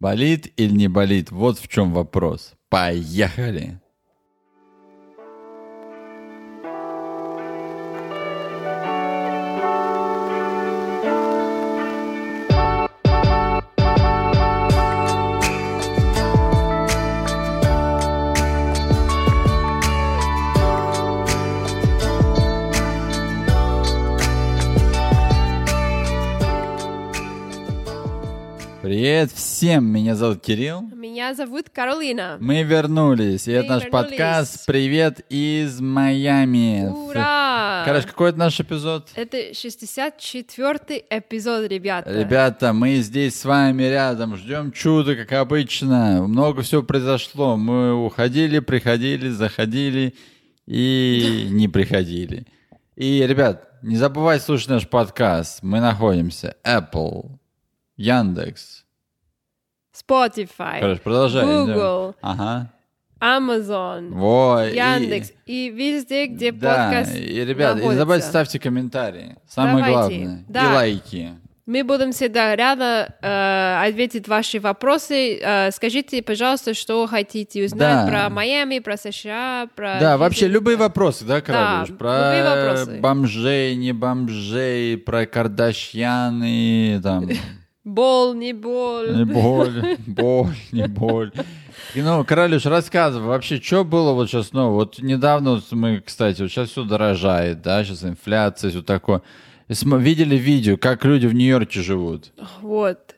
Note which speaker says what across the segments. Speaker 1: Болит или не болит, вот в чем вопрос. Поехали! Привет всем, меня зовут Кирилл.
Speaker 2: Меня зовут Каролина.
Speaker 1: Мы вернулись, и это
Speaker 2: Мы
Speaker 1: наш
Speaker 2: вернулись.
Speaker 1: подкаст «Привет из Майами».
Speaker 2: Ура!
Speaker 1: Короче, какой это наш эпизод?
Speaker 2: Это 64-й эпизод, ребята.
Speaker 1: Э, Ребята, мы здесь с вами рядом, ждем чуда, как обычно. Много всего произошло. Мы уходили, приходили, заходили и не приходили. И, ребят, не забывайте слушать наш подкаст. Мы находимся Apple, Яндекс.
Speaker 2: Spotify,
Speaker 1: Короче, продолжаем. да?
Speaker 2: Google.
Speaker 1: Ага.
Speaker 2: Amazon,
Speaker 1: Во, и-
Speaker 2: Яндекс и везде, где
Speaker 1: да,
Speaker 2: подкаст
Speaker 1: и, ребят, и не
Speaker 2: находится.
Speaker 1: забывайте ставьте комментарии. Самое
Speaker 2: Давайте.
Speaker 1: главное. И
Speaker 2: Да.
Speaker 1: лайки.
Speaker 2: Мы будем всегда рядом э, ответить ваши вопросы. Э, скажите, пожалуйста, что хотите
Speaker 1: Да.
Speaker 2: узнать про Майами, про США, про...
Speaker 1: Да,
Speaker 2: жизнь.
Speaker 1: вообще любые вопросы, да, Каролюш?
Speaker 2: любые
Speaker 1: про
Speaker 2: вопросы.
Speaker 1: бомжей, не бомжей, про Кардашьяны, там, э,
Speaker 2: Бол, не бол.
Speaker 1: боль, боль, не боль. И, ну, Каролюш, рассказывай, вообще, что было вот сейчас нового? Вот недавно вот мы, кстати, вот сейчас все дорожает, да, сейчас инфляция, все такое. И см- Видели видео, как люди в Нью-Йорке живут?
Speaker 2: Вот.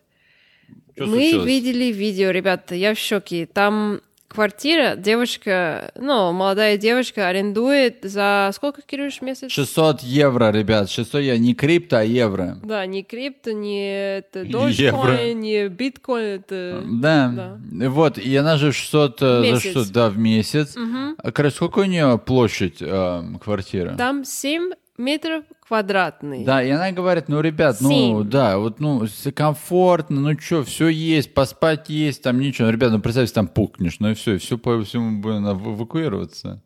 Speaker 1: Чё
Speaker 2: Мы
Speaker 1: случилось?
Speaker 2: видели видео, ребята, я в шоке. Там квартира, девочка, ну, молодая девочка арендует за сколько, Кирюш, месяц?
Speaker 1: 600 евро, ребят, 600 евро, не крипто, а евро.
Speaker 2: Да, не крипто, не это,
Speaker 1: Не евро. А,
Speaker 2: Dogecoin, не биткоин, это...
Speaker 1: Да. Вот, и она же 600 э,
Speaker 2: Э, В
Speaker 1: за
Speaker 2: месяц.
Speaker 1: 600, да, в месяц.
Speaker 2: Мгм.
Speaker 1: А, Короче, сколько у нее площадь эм, квартиры?
Speaker 2: Там 7 метров квадратный.
Speaker 1: Да, и она говорит, ну, ребят, ну,
Speaker 2: Семь.
Speaker 1: да, вот, ну, с- комфортно, ну, что, все есть, поспать есть, там ничего. Ну, Ребят, ну, представь, если там пукнешь, ну, и все, и все по всему будем эв- эвакуироваться.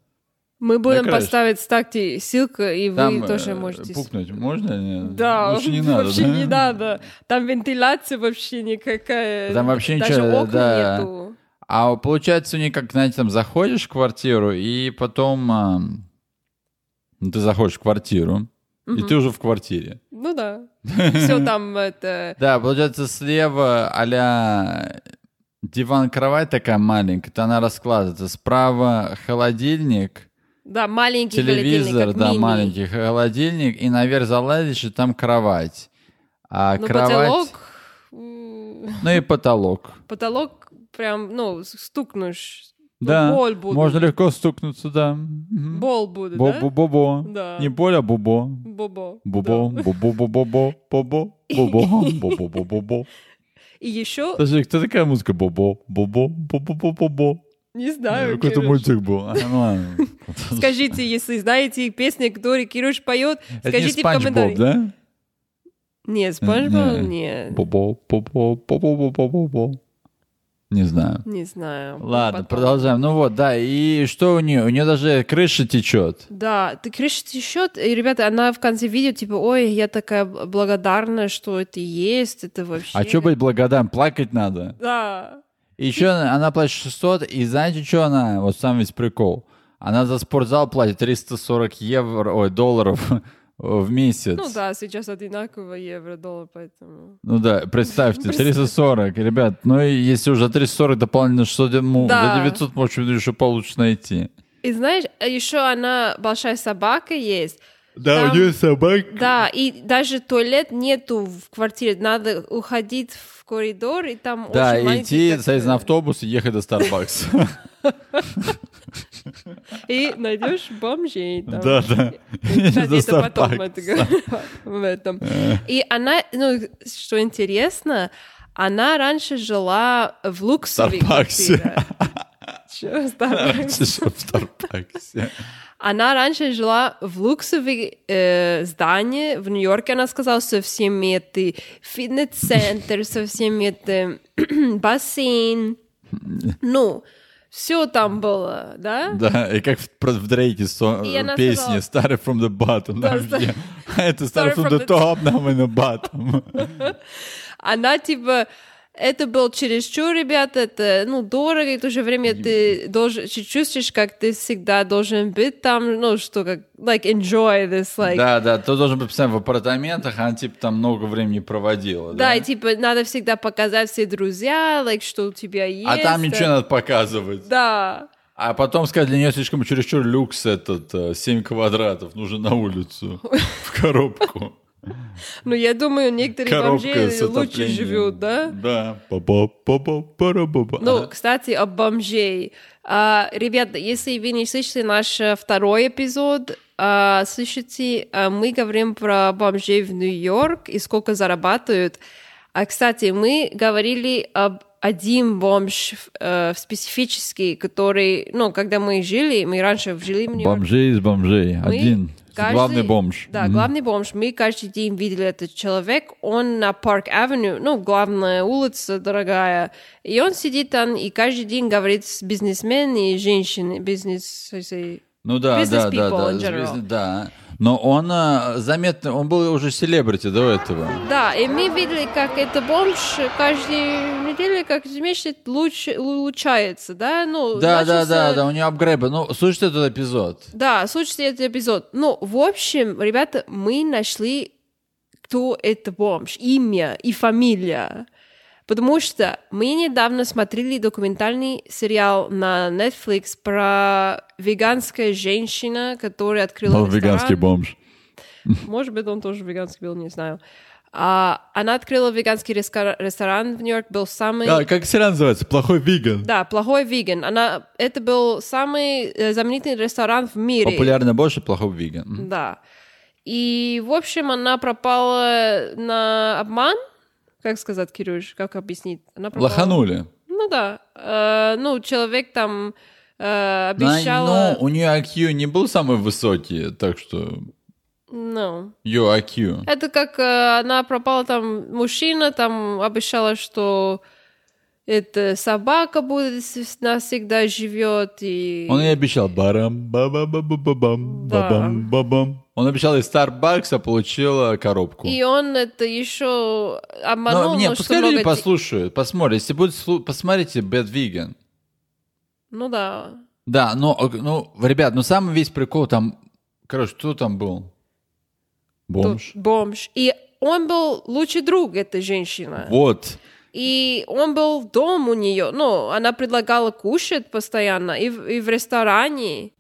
Speaker 2: Мы будем
Speaker 1: конечно.
Speaker 2: поставить ставьте ссылку, и вы
Speaker 1: Там э,
Speaker 2: тоже можете... с-
Speaker 1: пукнуть можно? или нет?
Speaker 2: Да,
Speaker 1: Лучше не надо,
Speaker 2: вообще
Speaker 1: да?
Speaker 2: не надо. Там вентиляция вообще никакая.
Speaker 1: Там вообще
Speaker 2: даже
Speaker 1: ничего,
Speaker 2: окон
Speaker 1: да.
Speaker 2: нету.
Speaker 1: А получается у них как, знаете, там заходишь в квартиру, и потом ам, ну, ты заходишь в квартиру, и
Speaker 2: Мгм.
Speaker 1: ты уже в квартире.
Speaker 2: Ну да. Все там это...
Speaker 1: Да, получается, слева а диван-кровать такая маленькая, то она раскладывается. Справа холодильник,
Speaker 2: Да, маленький холодильник,
Speaker 1: телевизор,
Speaker 2: как
Speaker 1: да,
Speaker 2: мини.
Speaker 1: маленький холодильник, и наверх залазишь, и там кровать. А
Speaker 2: Но
Speaker 1: кровать...
Speaker 2: Ну, потолок... м,
Speaker 1: Ну и потолок.
Speaker 2: Потолок прям, ну, с- стукнешь. Ну,
Speaker 1: Да,
Speaker 2: Боль будет.
Speaker 1: можно легко стукнуться, да. Мгм.
Speaker 2: Бол будет, да?
Speaker 1: Бо-бо-бо-бо.
Speaker 2: Да.
Speaker 1: Не боль, а бубо.
Speaker 2: Бобо.
Speaker 1: Бубо,
Speaker 2: да.
Speaker 1: бубо, бубо, бубо, бубо, бубо, бубо, бубо.
Speaker 2: И еще,
Speaker 1: Подожди, кто такая музыка? Бубо, бубо, бубо, бубо, бубо.
Speaker 2: не знаю,
Speaker 1: Какой-то
Speaker 2: Кирюш.
Speaker 1: мультик был. А, ну ладно.
Speaker 2: Скажите, если знаете песни, которые Кирюш поет,
Speaker 1: Это не
Speaker 2: скажите в
Speaker 1: Спанч Боб,
Speaker 2: комментариях.
Speaker 1: да? Э,
Speaker 2: Нет, Спанч Боб?
Speaker 1: Не.
Speaker 2: Нет.
Speaker 1: Бобо, бобо, бобо, бобо, бобо. Не знаю.
Speaker 2: Не знаю.
Speaker 1: Ладно,
Speaker 2: Потом.
Speaker 1: продолжаем. Ну вот, да, и что у нее? У нее даже крыша течет.
Speaker 2: Да, ты крышит счет, и, ребята, она в конце видео, типа, ой, я такая б- благодарна, что это есть, это вообще...
Speaker 1: А что быть благодарным? Плакать надо.
Speaker 2: Да.
Speaker 1: И еще она платит 600, и знаете, что она? Вот сам весь прикол. Она за спортзал платит 340 евро, ой, долларов в месяц.
Speaker 2: Ну да, сейчас одинаково евро-доллар, поэтому...
Speaker 1: Ну да, представьте, 340, ребят. Ну и если уже 340 дополнительно 600, ну,
Speaker 2: Да.
Speaker 1: за 900, может, еще получше найти.
Speaker 2: И знаешь, еще она большая собака есть.
Speaker 1: Да,
Speaker 2: Там- у нее
Speaker 1: собака.
Speaker 2: Да, и даже туалет нету в квартире. Надо уходить в коридор, и там
Speaker 1: Да,
Speaker 2: очень маленький
Speaker 1: идти,
Speaker 2: такой-
Speaker 1: садись на автобус и ехать до Starbucks.
Speaker 2: И найдешь бомжей там.
Speaker 1: Да, да.
Speaker 2: Кстати,
Speaker 1: До
Speaker 2: это потом
Speaker 1: Starbucks.
Speaker 2: это говорю в этом.
Speaker 1: Э.
Speaker 2: И она, ну, что интересно, она раньше жила в луксовой
Speaker 1: Старбаксе.
Speaker 2: квартире. Чё, Starbucks?
Speaker 1: Что в Starbucks.
Speaker 2: Она раньше жила в луксовом здании в Нью-Йорке, она сказала, со всеми эти фитнес-центр, со всеми это бассейн, ну, все там было, да?
Speaker 1: Да, и как в про- в Дрейке со-
Speaker 2: И она
Speaker 1: песня «Started from the bottom».
Speaker 2: Да,
Speaker 1: там,
Speaker 2: да.
Speaker 1: где- А Это «Started from the top», now in the bottom.
Speaker 2: Она типа Это был чересчур, ребята, это, ну, дорого, и в то же время ты должен, ты чувствуешь, как ты всегда должен быть там, ну, что, как, like, enjoy this, like,
Speaker 1: Да, да, ты должен быть постоянно в апартаментах, а она типа там много времени проводила.
Speaker 2: да,
Speaker 1: Да,
Speaker 2: и, типа, надо всегда показать все друзья, like, что у тебя есть. э,
Speaker 1: А там ничего не
Speaker 2: да.
Speaker 1: надо показывать.
Speaker 2: Да.
Speaker 1: А потом сказать, для нее слишком чересчур люкс этот, э, 7 квадратов, нужно на улицу, в коробку.
Speaker 2: Ну, я думаю, некоторые
Speaker 1: Коробка с
Speaker 2: бомжи лучше
Speaker 1: отоплением.
Speaker 2: живут, да?
Speaker 1: Да. А, Ба-ба, ба-ба, ба-ра-ба-ба.
Speaker 2: Ну, кстати, об бомжей. А, ребята, если вы не слышали наш э, второй эпизод, а, слышите, а, мы говорим про бомжей в Нью-Йорк и сколько зарабатывают. А, кстати, мы говорили об один бомж э, специфический, который, ну, когда мы жили, мы раньше жили в Нью-Йорке.
Speaker 1: Бомжи из бомжей.
Speaker 2: Мы
Speaker 1: Один.
Speaker 2: каждый-
Speaker 1: Главный бомж.
Speaker 2: Да, главный бомж. Мы каждый день видели этот человек. Он на Парк Авеню, ну, главная улица дорогая. И он сидит там и каждый день говорит с бизнесменами и женщинами. Бизнес... если-
Speaker 1: Ну да, да,
Speaker 2: Business
Speaker 1: да,
Speaker 2: people
Speaker 1: да.
Speaker 2: in general.
Speaker 1: Business- Да. Но он а, заметно, он был уже селебрити до этого.
Speaker 2: Да, и мы видели, как это бомж каждую неделю, как месяц лучше, улучшается, да? Ну,
Speaker 1: Да, да,
Speaker 2: начался-
Speaker 1: да, да, у него апгрейба. Ну, слушайте этот эпизод.
Speaker 2: Да, слушайте этот эпизод. Ну, в общем, ребята, мы нашли, кто это бомж, имя и фамилия. Потому что мы недавно смотрели документальный сериал на Netflix про веганская женщина, которая открыла ресторан.
Speaker 1: бомж.
Speaker 2: Может быть, он тоже веганский был, не знаю. А, она открыла веганский реска- ресторан в Нью-Йорк, был самый...
Speaker 1: А, как сериал называется? Плохой виган.
Speaker 2: Да, плохой веган. Она... Это был самый э, знаменитый ресторан в мире.
Speaker 1: Популярно больше плохой виган.
Speaker 2: Да. И, в общем, она пропала на обман. Как сказать, Кирюш, как объяснить? Она пропала.
Speaker 1: Лоханули.
Speaker 2: Ну да. Э, ну, человек там
Speaker 1: Она-
Speaker 2: э, обещала...
Speaker 1: Ну, у нее IQ не был самый высокий, так что...
Speaker 2: Ну.
Speaker 1: Ее IQ.
Speaker 2: Это как э, она пропала там мужчина, там обещала, что это собака будет с- навсегда живет и
Speaker 1: Он ей обещал барам бабам бабам
Speaker 2: Да.
Speaker 1: бабам бабам. Он обещал и Starbucks, а получила коробку.
Speaker 2: и он это еще обманул,
Speaker 1: Ну, не,
Speaker 2: но что
Speaker 1: пускай люди
Speaker 2: много де-
Speaker 1: послушают, посмотрят. Если будет слу- посмотрите Bad Vegan.
Speaker 2: Ну да.
Speaker 1: Да, но, э, ну, ребят, ну самый весь прикол там... Короче, кто там был? Бомж.
Speaker 2: Тот бомж. И он был лучший друг этой женщины.
Speaker 1: Вот.
Speaker 2: И он был в дом у нее. Ну, она предлагала кушать постоянно и в, и в ресторане.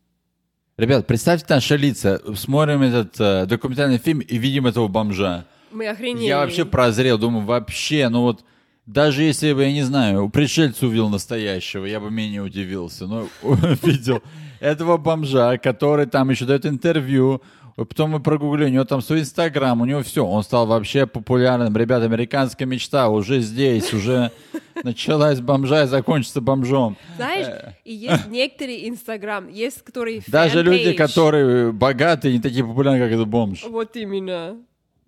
Speaker 1: Ребят, представьте наши лица. Смотрим этот э, документальный фильм и видим этого бомжа.
Speaker 2: Мы охренели.
Speaker 1: Я вообще прозрел, думаю, вообще, ну вот... Даже если бы, я не знаю, у пришельца увидел настоящего, я бы менее удивился. Но видел этого бомжа, который там еще дает интервью. Потом мы прогуглили, у него там свой инстаграм, у него все. Он стал вообще популярным. Ребята, американская мечта уже здесь, уже началась бомжа и закончится бомжом.
Speaker 2: Знаешь, и есть некоторые инстаграм, есть которые
Speaker 1: Э. Даже люди,
Speaker 2: фэн-пейдж.
Speaker 1: которые богатые, не такие популярные, как этот бомж.
Speaker 2: Вот именно.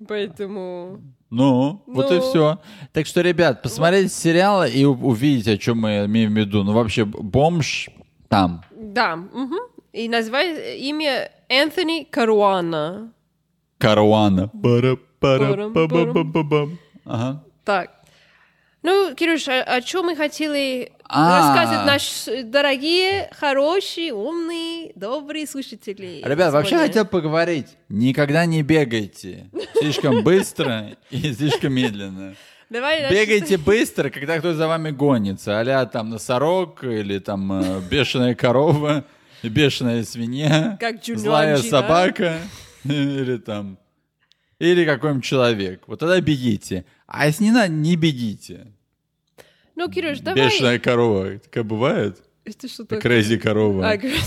Speaker 2: Поэтому...
Speaker 1: Ну, вот и
Speaker 2: Ну.
Speaker 1: все. Так что, ребят, посмотрите сериалы и у- увидите, о чем мы имеем в виду. Ну, вообще, б- бомж там.
Speaker 2: Да. мгм. И назвай имя Энтони Каруана.
Speaker 1: Каруана.
Speaker 2: Парам-парам.
Speaker 1: Ага.
Speaker 2: Так. Ну, Кирюш, а- о чем мы хотели
Speaker 1: А.
Speaker 2: рассказывать наши дорогие, хорошие, умные, добрые слушатели?
Speaker 1: Ребят, вообще
Speaker 2: сегодня?
Speaker 1: хотел поговорить. Никогда не бегайте. Слишком быстро и слишком медленно.
Speaker 2: Давай начнем.
Speaker 1: Бегайте быстро, когда кто-то за вами гонится. Аля там носорог или там э, бешеная корова, бешеная свинья,
Speaker 2: Как Джуманджи,
Speaker 1: злая
Speaker 2: да?
Speaker 1: собака или там или какой-нибудь человек. Вот тогда бегите. А если не надо, не бегите.
Speaker 2: Ну, Кирюш, давай.
Speaker 1: Бешеная корова. Такая бывает?
Speaker 2: Ты что такое?
Speaker 1: Crazy корова.
Speaker 2: А, говорит,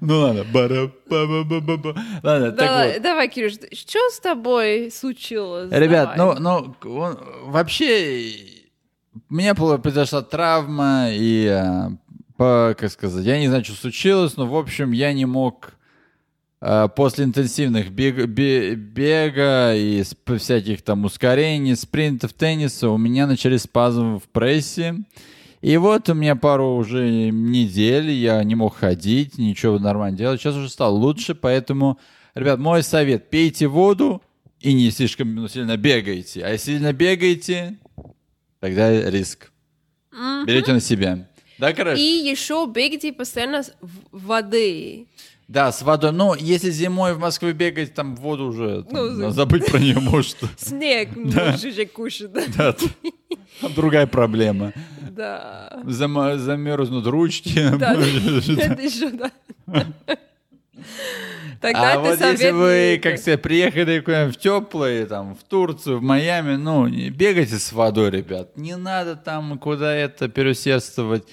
Speaker 1: Ну ладно. Бара-ба-ба-ба-ба. Ладно, так
Speaker 2: да,
Speaker 1: вот.
Speaker 2: Давай, Кирюш, что с тобой случилось?
Speaker 1: Ребят,
Speaker 2: Давай.
Speaker 1: ну, ну к- он- вообще у меня была- произошла травма, и, э, по- как сказать, я не знаю, что случилось, но, в общем, я не мог э, после интенсивных бег- бе- бега и сп- всяких там ускорений, спринтов, тенниса, у меня начались спазмы в прессе. И вот у меня пару уже недель, я не мог ходить, ничего нормально делать. Сейчас уже стало лучше, поэтому, ребят, мой совет, пейте воду и не слишком сильно бегайте. А если сильно бегаете, Тогда риск. Берете на себя. Да, короче?
Speaker 2: И еще бегайте постоянно с в- воды.
Speaker 1: Да, с водой. Ну, если зимой в Москве бегать, там воду уже там,
Speaker 2: Ну,
Speaker 1: на-
Speaker 2: за-
Speaker 1: забыть про нее может.
Speaker 2: Снег, ну, жижик кушает.
Speaker 1: Да, т- там другая проблема.
Speaker 2: Да.
Speaker 1: Зам- Замерзнут ручки.
Speaker 2: Да, это еще, да. Тогда
Speaker 1: А
Speaker 2: это
Speaker 1: вот если
Speaker 2: совет
Speaker 1: вы,
Speaker 2: не-
Speaker 1: как все, приехали куда-нибудь в теплые, там, в Турцию, в Майами, ну, не- бегайте с водой, ребят. Не надо там куда это переусердствовать.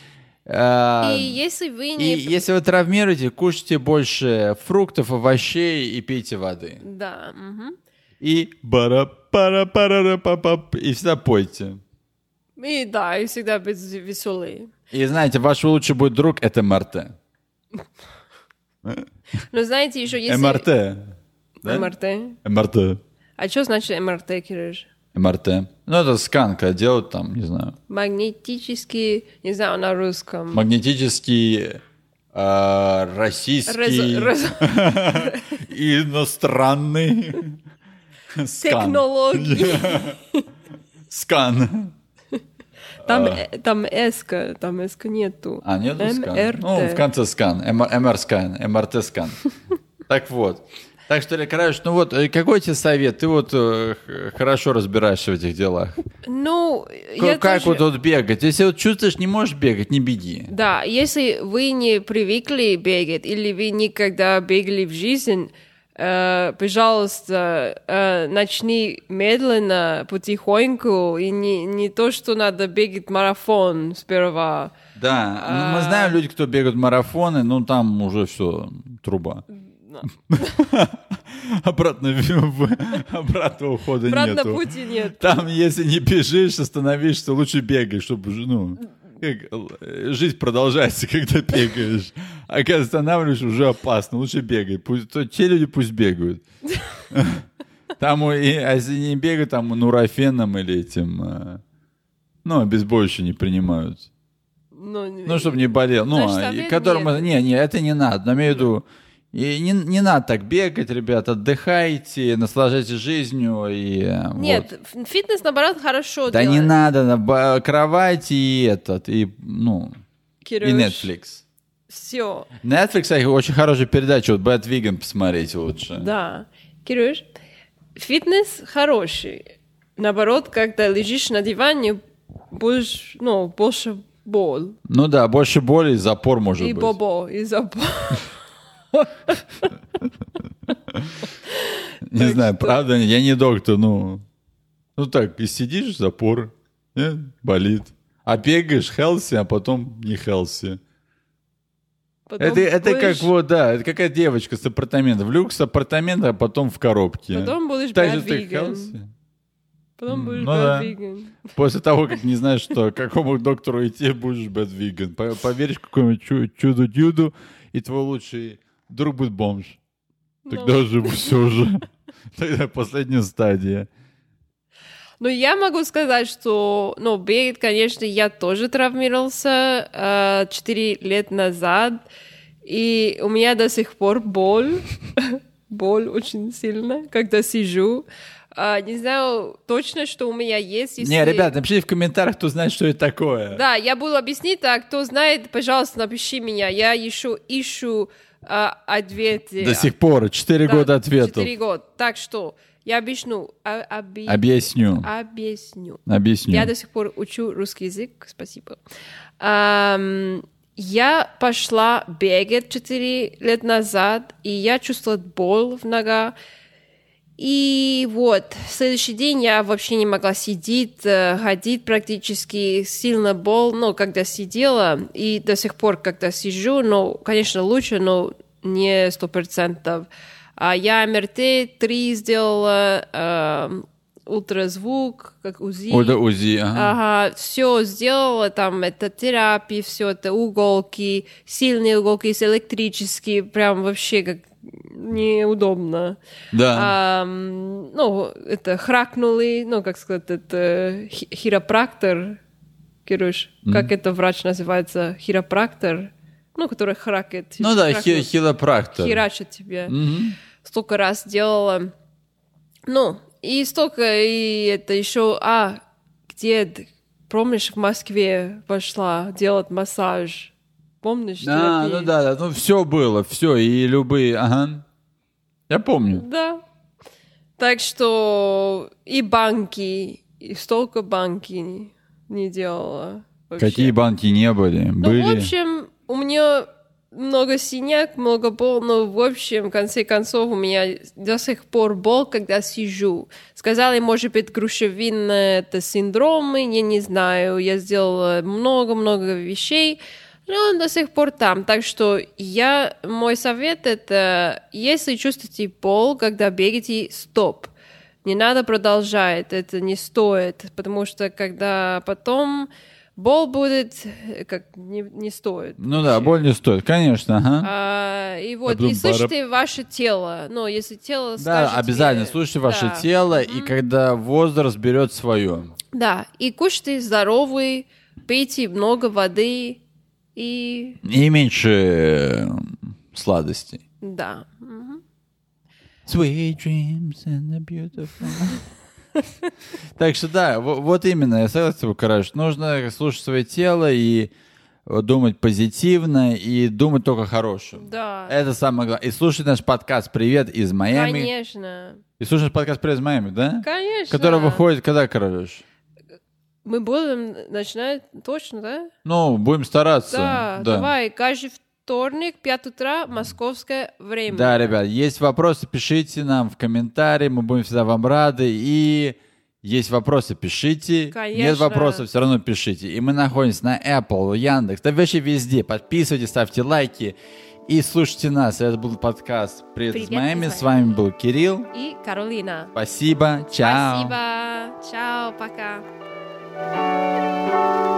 Speaker 1: А,
Speaker 2: И если вы
Speaker 1: и
Speaker 2: не...
Speaker 1: если вы травмируете, кушайте больше фруктов, овощей и пейте воды.
Speaker 2: Да, мгм.
Speaker 1: И бара пара пара и всегда пойте.
Speaker 2: И да, и всегда быть веселые.
Speaker 1: И знаете, ваш лучший будет друг — это МРТ.
Speaker 2: Но знаете, еще если...
Speaker 1: МРТ. да?
Speaker 2: МРТ.
Speaker 1: МРТ.
Speaker 2: А что значит МРТ, Кирилл?
Speaker 1: МРТ. Ну, это скан, когда делают там, не знаю,
Speaker 2: Магнетический, не знаю, на русском.
Speaker 1: магнетический, э, российский,
Speaker 2: Раз- раз-
Speaker 1: иностранный скан.
Speaker 2: Технологии.
Speaker 1: Скан.
Speaker 2: Там, э, там эска, там эска нету.
Speaker 1: А, нет, скан.
Speaker 2: МРТ.
Speaker 1: Ну, в конце скан. МР скан, МРТ скан. Так вот. Так что, Ле, короче, ну вот, э, какой тебе совет? Ты вот э, х- хорошо разбираешься в этих делах.
Speaker 2: Ну,
Speaker 1: К-
Speaker 2: я
Speaker 1: как
Speaker 2: тоже-
Speaker 1: вот тут бегать? Если вот чувствуешь, не можешь бегать, не беги.
Speaker 2: Да, если вы не привыкли бегать или вы никогда бегали в жизни, э, пожалуйста, э, начни медленно, потихоньку, и не, не то, что надо бегать марафон сперва.
Speaker 1: Да, ну, мы знаем люди, кто бегают марафоны, ну там уже все, труба. Обратно, в- обратного ухода
Speaker 2: Правда,
Speaker 1: нету.
Speaker 2: пути нет.
Speaker 1: Там, если не бежишь, остановишься, лучше бегай, чтобы, ну, как, э, жизнь продолжается, когда бегаешь. А когда останавливаешь, уже опасно, лучше бегай. Пусть, то те люди пусть бегают. Там, у- и- а если не бегают, там нурофеном или этим, э, ну, обезболивающие не принимают.
Speaker 2: Ну,
Speaker 1: Ну, чтобы не болел. Ну,
Speaker 2: Значит,
Speaker 1: а, и
Speaker 2: совет
Speaker 1: которому...
Speaker 2: нет.
Speaker 1: Не, не, это не надо. Но имею в виду... И не, не надо так бегать, ребят. Отдыхайте, наслаждайтесь жизнью и э, вот.
Speaker 2: Нет, ф- фитнес, наоборот, хорошо
Speaker 1: Да не
Speaker 2: делает,
Speaker 1: надо, на ба- кровать и этот, и, ну, и Netflix.
Speaker 2: Все,
Speaker 1: Netflix, кстати, очень хорошая передача, вот Bad Vegan посмотреть лучше.
Speaker 2: да. Кирюш, фитнес хороший. Наоборот, когда лежишь на диване, будешь, ну, больше бол.
Speaker 1: Ну да, больше боли и запор может
Speaker 2: и
Speaker 1: быть.
Speaker 2: бобо, и забо.
Speaker 1: Не знаю, правда, я не доктор, ну... Ну так, и сидишь, запор, э, болит. А бегаешь хелси, а потом не хелси.
Speaker 2: Потом
Speaker 1: Это, это
Speaker 2: будешь-
Speaker 1: как вот, да, это какая девочка с апартаментов. В люкс апартамент, а потом в коробке.
Speaker 2: Потом будешь
Speaker 1: так же
Speaker 2: bad
Speaker 1: ты
Speaker 2: vegan.
Speaker 1: хелси.
Speaker 2: Потом будешь
Speaker 1: Ну
Speaker 2: bad
Speaker 1: да.
Speaker 2: vegan.
Speaker 1: После того, как не знаешь, что к какому доктору идти, будешь бэдвиган. Поверишь какому-нибудь чу- чуду-дюду, и твой лучший друг будет бомж. Тогда
Speaker 2: Ну.
Speaker 1: же все же. Тогда последняя стадия.
Speaker 2: Но Ну, я могу сказать, что, ну, бегать, конечно, я тоже травмировался 4 лет назад, и у меня до сих пор боль, боль очень сильно, когда сижу. А, Не знаю точно, что у меня есть. если-
Speaker 1: Не, ребят, напишите в комментариях, кто знает, что это такое.
Speaker 2: Да, я буду объяснить, а кто знает, пожалуйста, напиши меня. Я еще ищу а, ответы.
Speaker 1: До сих пор, 4 года ответов.
Speaker 2: 4 года. Так что я объясню. а- оби-
Speaker 1: Объясню.
Speaker 2: Объясню.
Speaker 1: Объясню.
Speaker 2: А, Я до сих пор учу русский язык, спасибо. Ам, я пошла бегать 4 лет назад, и я чувствовала боль в ногах. И вот, в следующий день я вообще не могла сидеть, э, ходить практически, сильно бол, ну, когда сидела, и до сих пор, когда сижу, ну, конечно, лучше, но не сто процентов. А я МРТ-3 сделала, эм, ультразвук, как УЗИ.
Speaker 1: Ой, да, УЗИ, ага.
Speaker 2: Ага, все сделала, там это терапии, все это уголки, сильные уголки, с электрические, прям вообще как неудобно.
Speaker 1: Да.
Speaker 2: а, Ам, ну, это хракнули, ну, как сказать, это э, хи- хиропрактор, Кирюш, как это врач называется, хиропрактор, ну, который хракает.
Speaker 1: Ну да,
Speaker 2: хракнул,
Speaker 1: хи- хилопрактор.
Speaker 2: херачит тебе
Speaker 1: Мгм.
Speaker 2: столько раз делала. Ну, и столько, и это еще, а, где, д- Помнишь, в Москве пошла делать массаж? Помнишь?
Speaker 1: А,
Speaker 2: терапию?
Speaker 1: ну да, да, ну все было, все, и любые, ага. Я помню.
Speaker 2: Да. Так что и банки, и столько банки не- не делала. вообще.
Speaker 1: Какие банки не были,
Speaker 2: Ну, в
Speaker 1: были.
Speaker 2: общем, у меня много синяк, много бол, но, в общем, в конце концов, у меня до сих пор бол, когда сижу. Сказали, может быть, грушевинные это синдромы, я не знаю, я сделала много-много вещей, но он до сих пор там. Так что я, мой совет это, если чувствуете бол, когда бегаете, стоп. Не надо продолжать, это не стоит, потому что когда потом бол будет, э, как не, не стоит.
Speaker 1: Ну да,
Speaker 2: вообще.
Speaker 1: боль не стоит, конечно, ага.
Speaker 2: А, и
Speaker 1: А
Speaker 2: вот,
Speaker 1: потом
Speaker 2: и
Speaker 1: пара-
Speaker 2: слышите ваше тело. Ну, если тело
Speaker 1: Да,
Speaker 2: скажет
Speaker 1: обязательно
Speaker 2: тебе-
Speaker 1: слушайте ваше
Speaker 2: Да.
Speaker 1: тело, и когда возраст берет свое.
Speaker 2: Да, и кушайте здоровый, пейте много воды и...
Speaker 1: И меньше э, сладостей.
Speaker 2: Да. Мгм.
Speaker 1: Sweet dreams and a beautiful night. Так что да, во- вот именно, я согласен с тобой, короче, нужно слушать свое тело и э, думать позитивно и думать только хорошее.
Speaker 2: Да,
Speaker 1: Это самое главное. И слушать наш подкаст «Привет из Майами».
Speaker 2: конечно.
Speaker 1: И слушать наш подкаст «Привет из Майами», да?
Speaker 2: Конечно.
Speaker 1: Который выходит когда, королёш?
Speaker 2: Мы будем начинать точно, да?
Speaker 1: Ну, будем стараться.
Speaker 2: Да, давай, каждый вторник, 5 утра, московское время.
Speaker 1: Да, ребят, есть вопросы, пишите нам в комментарии, мы будем всегда вам рады. И есть вопросы, пишите.
Speaker 2: Конечно.
Speaker 1: Нет вопросов, все равно пишите. И мы находимся на Apple, Яндекс, да вообще везде. Подписывайтесь, ставьте лайки и слушайте нас. Это был подкаст «Привет,
Speaker 2: Привет
Speaker 1: из Майами».
Speaker 2: из
Speaker 1: С вами был Кирилл.
Speaker 2: И Каролина.
Speaker 1: Спасибо, чао.
Speaker 2: Спасибо. Чао, пока.